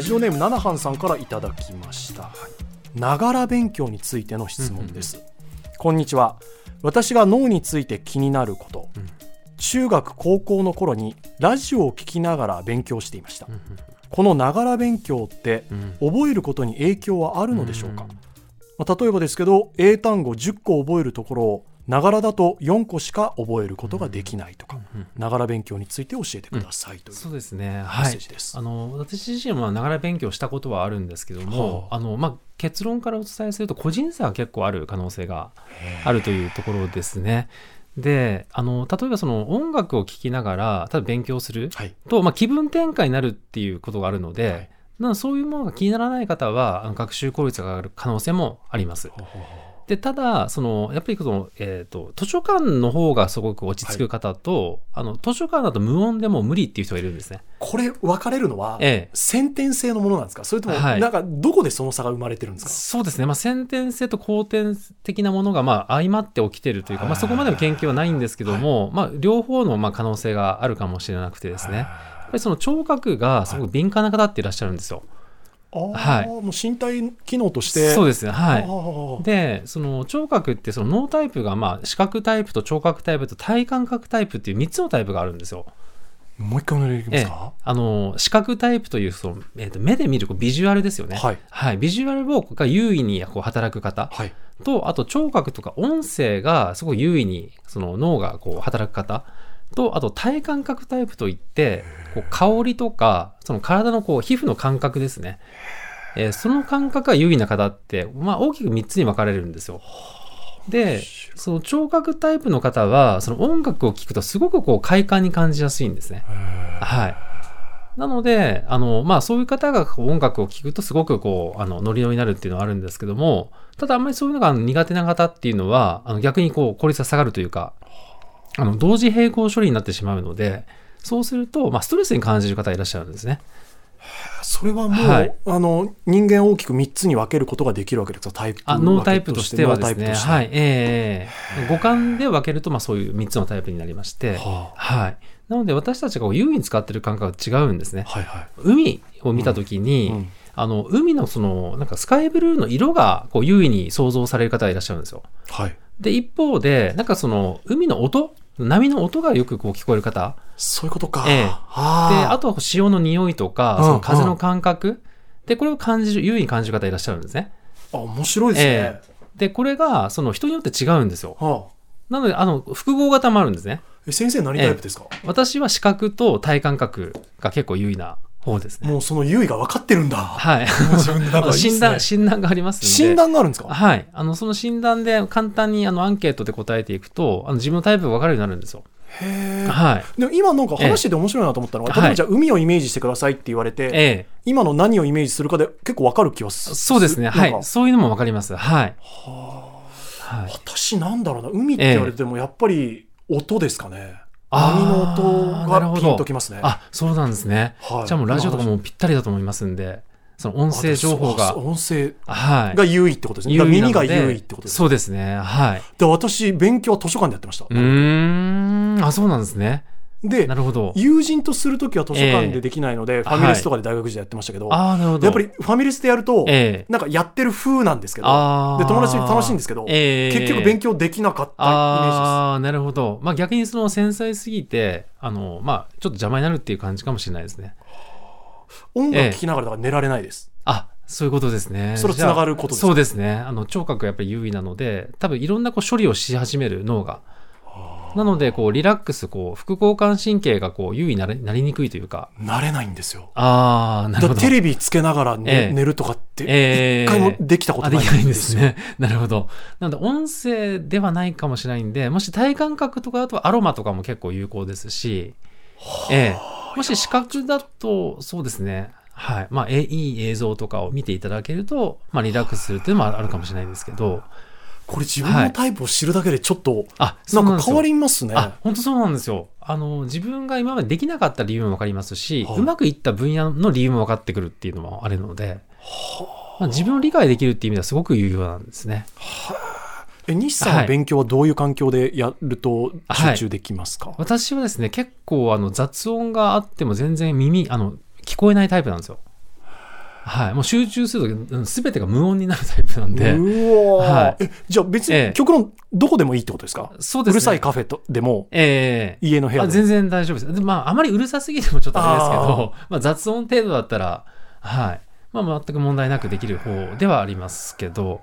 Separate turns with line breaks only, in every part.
ジオネームななはんさんからいただきましたながら勉強についての質問です、こんにちは私が脳について気になること、
うん
中学高校の頃にラジオを聞きながら勉強していました、
ん
このながら勉強って
うん
覚えることに影響はあるのでしょうか、まあ例えばですけど英単語10個覚えるところをながらだと4個しか覚えることができないとか
うん
ながら勉強について教えてくださいという
そうですね、
メッ
は
セー
い、
ジです。
あの私自身はながら勉強したことはあるんですけども、
はあ
あのまあ、結論からお伝えすると個人差が結構ある可能性があるというところですね。であの例えばその音楽を聴きながらただ勉強する
はい、
と、まあ、気分転換になるっていうことがあるので、
はい
なのでそういうものが気にならない方はあの学習効率が上がる可能性もあります。でただそのやっぱりこの、えー、と図書館の方がすごく落ち着く方と、あの図書館だと無音でもう無理っていう人がいるんですね。
これ分かれるのは、
ええ
先天性のものなんですかそれとも、
はい
なんかどこでその差が生まれてるんです
そうですね、まあ、先天性と後天的なものがまあ相まって起きてるというか、まあ、そこまでの研究はないんですけども、まあ、両方のまあ可能性があるかもしれなくてで
か
すね、やっぱりその聴覚がすごく敏感な方っていらっしゃるんですよ。
あー
はい
もう身体機能として。
そうですね、は
あ
い、
ー
でその聴覚ってその脳タイプがまあ視覚タイプと聴覚タイプと体感覚タイプっていう3つのタイプがあるんですよ。
もう一回お願いできます
ええ
か、、
あの視覚タイプというその、えーと目で見るこうビジュアルですよね、
はい
ビジュアルをが優位にこう働く方
はい。
とあと聴覚とか音声がすごい優位にその脳がこう働く方とあと体感覚タイプといってこう香りとかその体のこう皮膚の感覚ですね、えーその感覚が優位な方って、まあ、大きく3つに分かれるんですよ。でその聴覚タイプの方はその音楽を聴くとすごくこう快感に感じやすいんですね。はい。なので、あの、まあそういう方がこう音楽を聴くとすごくこう、あの、ノリノリになるっていうのはあるんですけども、ただあんまりそういうのが苦手な方っていうのは、あの逆にこう、効率が下がるというか、あの、同時並行処理になってしまうので、そうすると、まあストレスに感じる方いらっしゃるんですね。
それはもう、
はい
あの人間を大きく3つに分けることができるわけですかタイプ
あ、脳タイプとしてはです
分け
ね、
として
はい、ええええ五感で分けると、まあそういう3つのタイプになりまして、
は
はい。なので私たちがこう優位に使ってる感覚が違うんですね
あ。はいはい。
海を見たときに、
うん
あの海のそのなんかスカイブルーの色がこう優位に想像される方がいらっしゃるんですよ。
はい。
で一方でなんかその海の音波の音がよくこう聞こえる方
そういうことか。
ええで
あ
あとは潮の匂いとか
うん
その風の感覚、でこれを感じる優位に感じる方いらっしゃるんですね。
あ、面白いですね。
えでこれがその人によって違うんですよ。
は
なのであの複合型もあるんですね。
あ、え先生何タイプですか、
私は視覚と体感覚が結構優位な方ですね。
もうその優位が分かってるんだ。
はい。
自分の中でいいっすね
診断診断が ありますので。
診断があるんですか
はい、あのその診断で簡単にあのアンケートで答えていくとあの自分のタイプが分かるようになるんですよ。
へえ。
はい、
でも今なんか話してて面白いなと思ったのが、
ええ
例えばじゃあ海をイメージしてくださいって言われて、
ええ、
今の何をイメージするかで結構わかる気はす
そうですね、
なん
は
か
い、そういうのも分かります。はい、
はあ
はい、
私なんだろうな、海って言われてもやっぱり音ですかね。波
あー
の音
なる
が
ほど
ピンときますね。
あそうなんですね。
はい
じゃあもうラジオとかもうぴったりだと思いますんで、その音声情報
あ
が
そう、音声
はい、
が優位ってことですね。だ
優
から耳
位なの
が
で
優位ってことですね。
そうですね、はい。
で、私、勉強は図書館でやってました。
うーん、あそうなんですね。
で
な、るほど。
友人とするときは図書館でできないので、ファミレスとかで大学時代やってましたけど、
ああ、なるほど。
やっぱりファミレスでやると、
ええ
なんかやってる風なんですけど、
あー
で友達に楽しいんですけど、
ええ
結局勉強できなかったイメージです。
ああ、なるほど。まあ逆にその繊細すぎて、あの、まあちょっと邪魔になるっていう感じかもしれないですね。
音楽聴きながらだから寝られないです。
あ、そういうことですね。
それ
じゃあ
つながることですか
そうですね。あの、聴覚がやっぱり優位なので、多分いろんなこう処理をし始める脳が。なので、こう、リラックス、こう、副交感神経がこう、優位になれなりにくいというか。
慣れないんですよ。
ああ、なる
だか
ほ
ら
ど。
テレビつけながら寝,、
ええ
寝るとかって、
ええ
一回もできたこと
あ
な
で
い
きない
ん
ん
で
ですす
よ。
ね。なるほど。なので、音声ではないかもしれないんで、もし体感覚とかだとアロマとかも結構有効ですし、ええ、もし視覚だと、そうですね。はい。まあ、えいい映像とかを見ていただけると、まあ、リラックスするっていうのもあるかもしれないんですけど、
これ自分のタイプを知るだけでちょっと、
あ、そ
な
うんなん
か
です
変
よ
わりますね。
あ、本当そうなんですよ。あの、自分が今までできなかった理由もわかりますし、
はいう
まくいった分野の理由も分かってくるっていうのもあるので、まあ、自分を理解できるっていう意味ではすごく有用なんですね。
え西さんは勉強はどういう環境でやると
はい
集中できますか、
私はですね結構あの雑音があっても全然耳あの聞こえないタイプなんですよはい、もう集中するとすべてが無音になるタイプなんで、
うわー、
はい
えじゃあ別
え
に
え
極論どこでもいいってことですか
そう
う
ですね。
るさいカフェとでも
ええ
家の部屋で
あ
も
全然大丈夫です。でまあ、あまりうるさすぎてもちょっとあれですけど、まあ、雑音程度だったら、はい。まあ、全く問題なくできる方ではありますけど、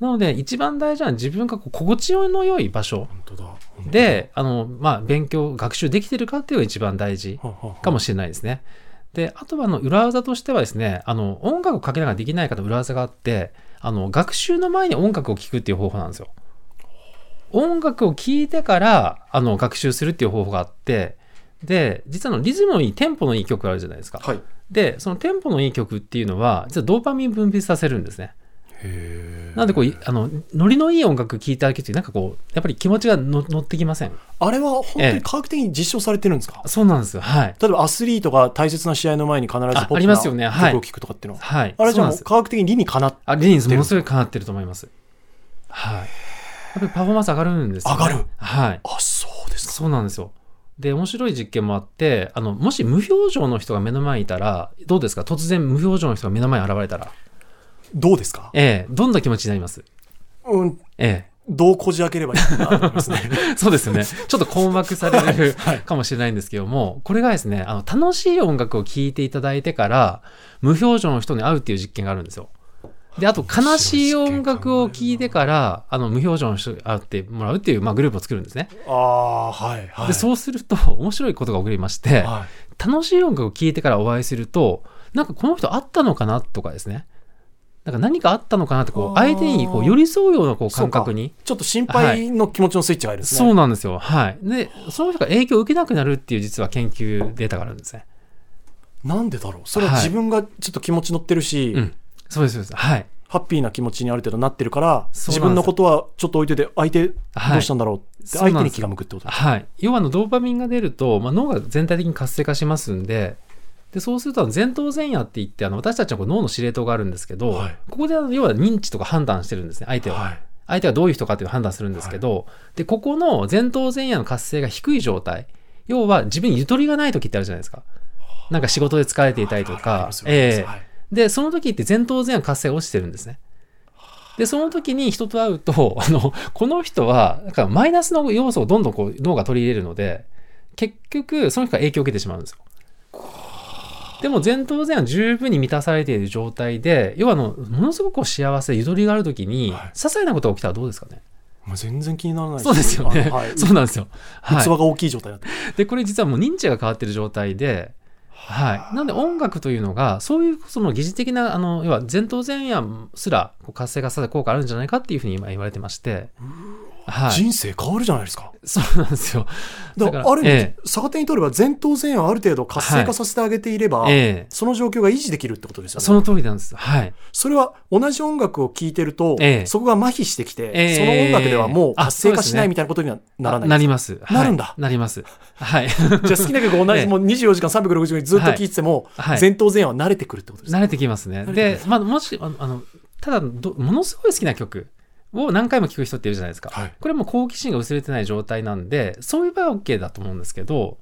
なので、一番大事なのは自分がこう心地の良い場所
本当だ本当だ
で、あの、まあ、勉強、学習できてるかっていうのが一番大事
ははは
かもしれないですね。で、あとは、あの、裏技としてはですね、あの、音楽をかけながらできない方の裏技があって、あの、学習の前に音楽を聴くっていう方法なんですよ。音楽を聴いてから、あの、学習するっていう方法があって、で、実はあのリズムのいい、テンポのいい曲があるじゃないですか。
はい
で、そのテンポのいい曲っていうのは、実はドーパミン分泌させるんですね。
へ
なんでこう、いあの、ノリのいい音楽聴いてあげると、なんかこう、やっぱり気持ちがの乗ってきません。
あれは本当
ええ
に科学的に実証されてるんですか、
そうなんですよ。はい。
例えばアスリートが大切な試合の前に必ずポッ
ああ
プ
り
な
ますよねはい
曲を聴くとかっていうのは、
はい。
あれじゃ
そうなん
も
です
う科学的に理にかなって
あ、リンス
出る
ものすごいかなってると思います。はい。やっぱりパフォーマンス上がるんですよ、ね。
上がる
はい。
あそうですか
そうなんですよ。で、面白い実験もあって、あの、もし無表情の人が目の前にいたら、どうですか突然無表情の人が目の前に現れたら。
どうですか
ええどんな気持ちになります
うん
え
どうこじ開ければいいかなと思います ね
えそうですよ ね。ちょっと困惑されるかもしれないんですけども、これがですね、あの、楽しい音楽を聴いていただいてから、無表情の人に会うっていう実験があるんですよ。で、あと、悲しい音楽を聴いてから、あの、無表情の人に会ってもらうっていう、まあ、グループを作るんですね。
ああはいはい
で、そうすると、 面白いことが起こりまして、
はい
楽しい音楽を聴いてからお会いすると、なんかこの人あったのかなとかですね。なんか何かあったのかなって、こう、
あー
相手にこう寄り添うようなこう
そう
感
か
覚に。
ちょっと心配の気持ちのスイッチが入るんですね、
そうなんですよ。はい。で、その人が影響を受けなくなるっていう実は研究データがあるんですね。
なんでだろうそれは
はい
自分がちょっと気持ち乗ってるし、
うん。そうです、そうです。はい。
ハッピーな気持ちにある程度なってるから
そうなんです
自分のことはちょっと置いてて相手どうしたんだろうって、
はい
相手に気が向くってことだ
はい。要はあのドーパミンが出ると、まあ、脳が全体的に活性化しますんで、でそうするとあの前頭前野って言ってあの私たちのこう脳の司令塔があるんですけど、
はい
ここであの要は認知とか判断してるんですね相手は、
はい
相手がどういう人かという判断するんですけど、でここの前頭前野の活性が低い状態要は自分にゆとりがない時ってあるじゃないですかなんか仕事で疲れていたりと
あり
か
ます、よね
ええ
はい
で、その時って前頭前野活性が落ちてるんですね。で、その時に人と会うと、 あの、この人は、なんかマイナスの要素をどんどんこう脳が取り入れるので、結局、その人が影響を受けてしまうんですよ。でも前頭前野十分に満たされている状態で、要はあの、ものすごくこう幸せ、ゆとりがある時に、
はい
些細なことが起きたらどうですかね。
まあ、全然気にならないし
そうですよね
あのはい、。
そうなんですよ。はい
器が大きい状態になってる、
でこれ実はもう認知が変わってる状態で、はい、なんで音楽というのがそういうその疑似的なあの要は前頭前野すらこう活性化させる効果あるんじゃないかっていうふうに今言われてまして、はい、
人生変わるじゃないですか
そうなんですよ
だからある意味、
え
逆手にとれば前頭前野をある程度活性化させてあげていれば、
えええ
その状況が維持できるってことですよね
その通りなんですはい
それは同じ音楽を聴いてると、
ええ
そこが麻痺してきて、
ええ
その音楽ではもう活性化しな
あそうですね
いみたいなことにはならない。
なります、はい
なるんだ
なりますは い
じゃあ好きな曲を同じ、
ええ
もう24時間360日ずっと聴いてても、
はい
前頭前野は慣れてくるってことですね。
慣れてきますね
慣れて
で、まあ、もしあのあのただどものすごい好きな曲を何回も聴く人っているじゃないですか、
はい
これも好奇心が薄れてない状態なんで、そういう場合は OK だと思うんですけど、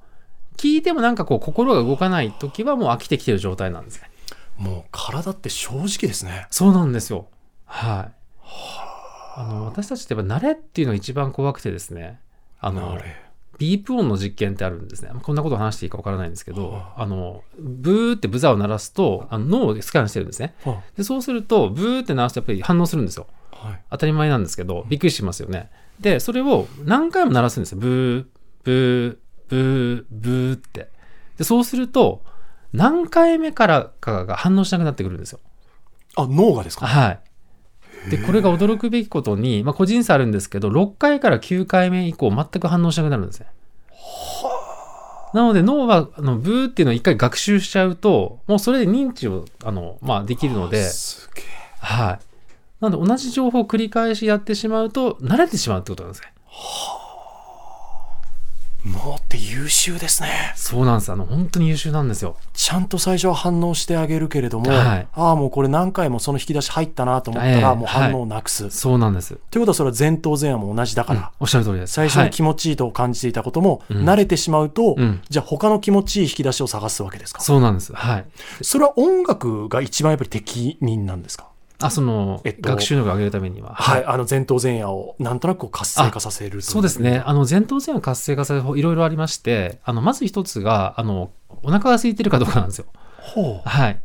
聞いてもなんかこう心が動かない時はもう飽きてきてる状態なんですね。
もう体って正直ですね。
そうなんですよ。はい。あの、私たちってやっぱ慣れっていうのが一番怖くてですね。あの、ビープ音の実験ってあるんですね。こんなこと話していいかわからないんですけど、あの、ブーってブザーを鳴らすと、あの脳をスキャンしてるんですね。
は
で、そうすると、ブーって鳴らすとやっぱり反応するんですよ。
はい、
当たり前なんですけど、びっくりしますよね。で、それを何回も鳴らすんですよ。ブー、ブー、ブー、ブーって。で、そうすると、何回目からかが反応しなくなってくるんですよ。
あ脳がですか
はい。で、これが驚くべきことに、まあ、個人差あるんですけど、6回から9回目以降、全く反応しなくなるんですね。なので脳はあのブーっていうのを一回学習しちゃうともうそれで認知をあの、まあ、できるのです
げえ。
はい。なので同じ情報を繰り返しやってしまうと慣れてしまうってことなんですね。
脳って優秀ですね
そうなんです。あの、本当に優秀なんですよ。
ちゃんと最初は反応してあげるけれども、
はい
ああもうこれ何回もその引き出し入ったなと思った
え
ら
え
もう反応をなくす、
そうなんです。
ということはそれは前頭前野も同じだから、
うんおっしゃる通りです。
最初
は
に
い
気持ちいいと感じていたことも、
うん
慣れてしまうと、
うん
じゃあ他の気持ちいい引き出しを探すわけですか
そうなんです。はい。
それは音楽が一番やっぱり適任なんですか
あ、その、
えっと
学習能力を上げるためには。
はい、あの前頭前野をなんとなくこう活性化させる
そうですね。あの、前頭前野活性化される方いろいろありまして、あの、まず一つが、あの、お腹が空いてるかどうかなんですよ。
ほう
はい。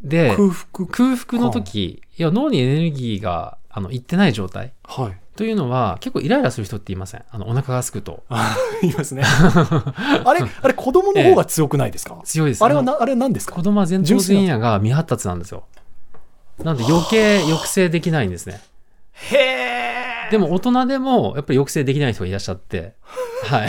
で、
空腹
空腹の時、いや脳にエネルギーがあのいってない状態
はい
というのは結構イライラする人っていませんあのお腹が空くと
あ言いますね あれあれ子供の方が強くないですか、
強いです
あれはなあれは何ですか
子供は前頭前野が未発達なんですよなので余計抑制できないんですね
へえ
でも大人でもやっぱり抑制できない人がいらっしゃっては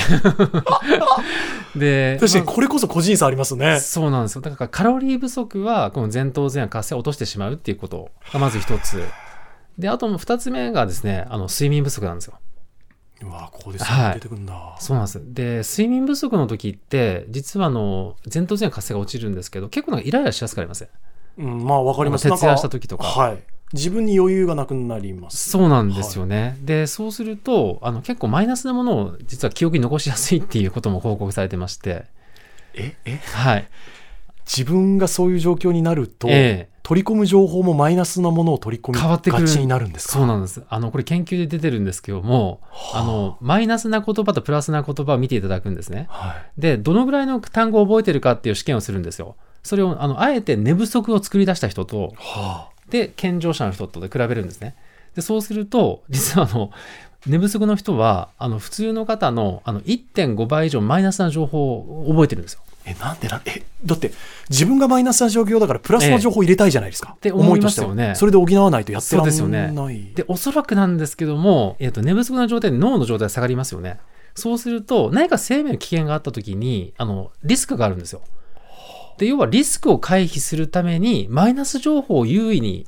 い で
確かに
ま
これこそ個人差あります
あ
ね。
そうなんですよだからカロリー不足はこの前頭前野活性を落としてしまうっていうことがまず一つであともう二つ目がですねあの睡眠不足なんですよ
うわここで
は
さ
い
出てくるんだ。
そうなんです。で、睡眠不足の時って、実はあの、前頭前野活性が落ちるんですけど、結構なんかイライラしやすくなりません。
うん、まあわかります。
徹夜した
時
時と
と
か。
はい。自分に余裕がなくなります。
そうなんですよね。で、そうすると、あの、結構マイナスなものを実は記憶に残しやすいっていうことも報告されてまして、
ええ
はい。
自分がそういう状況になると、
ええ
取り込む情報もマイナスなものを取り込み
変わってくる
がちになるんですか
そうなんです。あの、これ研究で出てるんですけども、
は
あの、マイナスな言葉とプラスな言葉を見ていただくんですね。
はい。
で、どのぐらいの単語を覚えてるかっていう試験をするんですよ。それを、あの、あえて寝不足を作り出した人と、
は
で健常者の人とで比べるんですね。でそうすると実はあの寝不足の人はあの普通の方のあの1.5倍以上マイナスな情報を覚えてるんですよ。
あ、え、なんでなんえ、だって、自分がマイナスな状況だから、プラスの情報を入れたいじゃないですか。
ええって思いますよね
思いとしてはそれで補わないとやってらんない。
そうですよでおそらくなんですけども、えっと寝不足な状態で脳の状態が下がりますよね。そうすると何か生命の危険があった時にあのリスクがあるんですよ。で要はリスクを回避するためにマイナス情報を優位に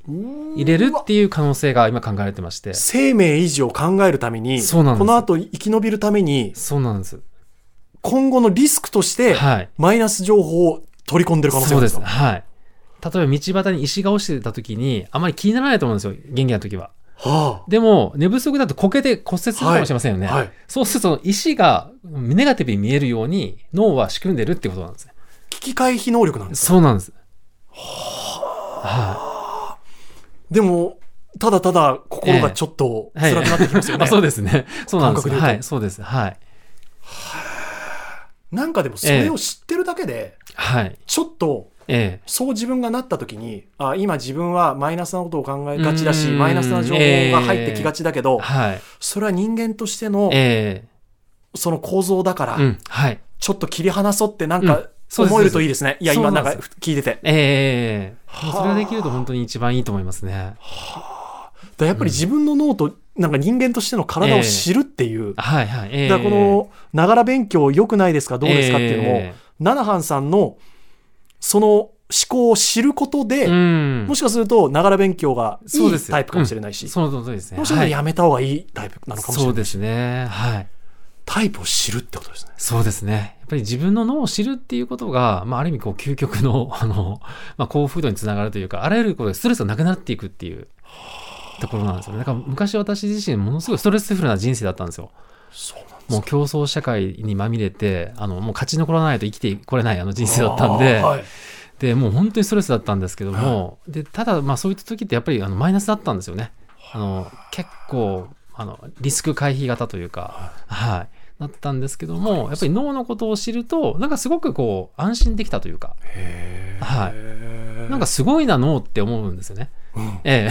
入れるっていう可能性が今考えられてまして
生命維持を考えるために、
そうなんです
この後生き延びるために、
そうなんです。
今後のリスクとして、
はい。
マイナス情報を取り込んでる可能性
そ
があるん
うで
です
す
か
はい例えば道端に石が落ちてた時にあまり気にならないと思うんですよ元気な時は
は
でも寝不足だと苔で骨折するかもしれませんよ
あ
ね、
はい。
そうするとその石がネガティブに見えるように脳は仕組んでるってことなんですね
危機回避能力なんです。
そうなんですは
でも、ただただ心がちょっと
い、はい、
辛くなってきますよね。
あそうですねそうなんで
感覚で
す
言うと
はいそうですはい
なんかでもそれを知ってるだけで、
はい
ちょっと、
ええ
そう自分がなった時に、あ今自分はマイナスなことを考えがちだし、
うん
マイナスな情報が入ってきがちだけど、
はい
それは人間としての
え
その構造だから、
えうんはい
ちょっと切り離そうってなんか
そうです
思えるといいですね。いや、
そう
今
なん
なん
です
か聞いてて。
ええ
はあ
それができると本当に一番いいと思いますね
だからやっぱり自分の脳と、なんか人間としての体を知るっていう、
はいはいええ
だからこの、ながら勉強良くないですかどうですかっていうのを、
え
ナナハンさんの、その思考を知ることで、
えうん
もしかすると、ながら勉強がい
そうで
い
す
タイプかもしれないし、
その通りですね。
もしかした
は
ら
い
やめた方がいいタイプなのかもしれ
そ
な
う
い。
ですね。はい。
タイプを知るってことですね。
そうですね。やっぱり自分の脳を知るっていうことが、まあ、ある意味、こう、究極の、 あの、まあ、幸福度につながるというか、あらゆることでストレスがなくなっていくっていうところなんですよね。だから、昔私自身、ものすごいストレスフルな人生だったんですよ。
そうなんです
もう
か
競争社会にまみれて、あの、もう勝ち残らないと生きてこれないあの人生だったんで、
あーはい
で、もう本当にストレスだったんですけども、で、ただ、まあ、そういった時って、やっぱり、あの、マイナスだったんですよね。あの、結構、あの、リスク回避型というか、はい、なったんですけども、やっぱり脳のことを知ると、なんかすごくこう、安心できたというか、
へ
は
ー
なんか、すごいな、脳って思うんですよね。
うん
え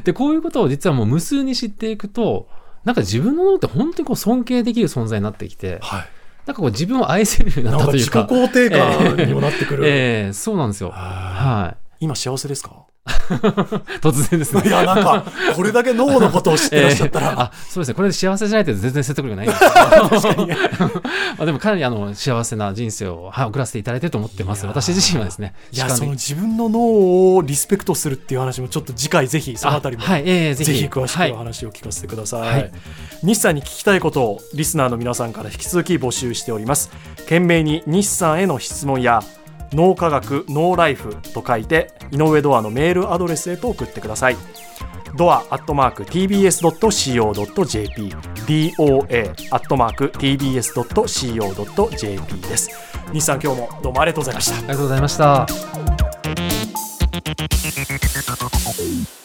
え。 で、こういうことを実はもう無数に知っていくと、なんか自分の脳って本当にこう尊敬できる存在になってきて、
は
なんかこう自分を愛せるように
い。
な
な
っ
ん
た
か
という
自己
か、
肯定感にもなってくる。
ええ、そうなんですよ。
は
はい
今幸せですか
い。突然ですね
いやなんかこれだけ脳のことを知ってらっしゃった
えー
ら、
あそうですねこれで幸せじゃないと全然説得 力ないんですけどまあでもかなりあの幸せな人生を、はい、送らせていただいてると思ってま
い
す
やー
私自身はですね
いや
主観
そ
的
の自分の脳をリスペクトするっていう話もちょっと次回ぜひそのあたりも、
あはいええぜ
ぜ
ひ
ひ詳しく
はい
お話を聞かせてください、
はい
日産に聞きたいことをリスナーの皆さんから引き続き募集しております懸命に日産への質問や脳科学ノーライフと書いて井上ドアのメールアドレスへと送ってくださいドアアットマーク TBS.CO.JP DOA アットマーク TBS.CO.JP です日産今日もどうもありがとうございました
ありがとうございました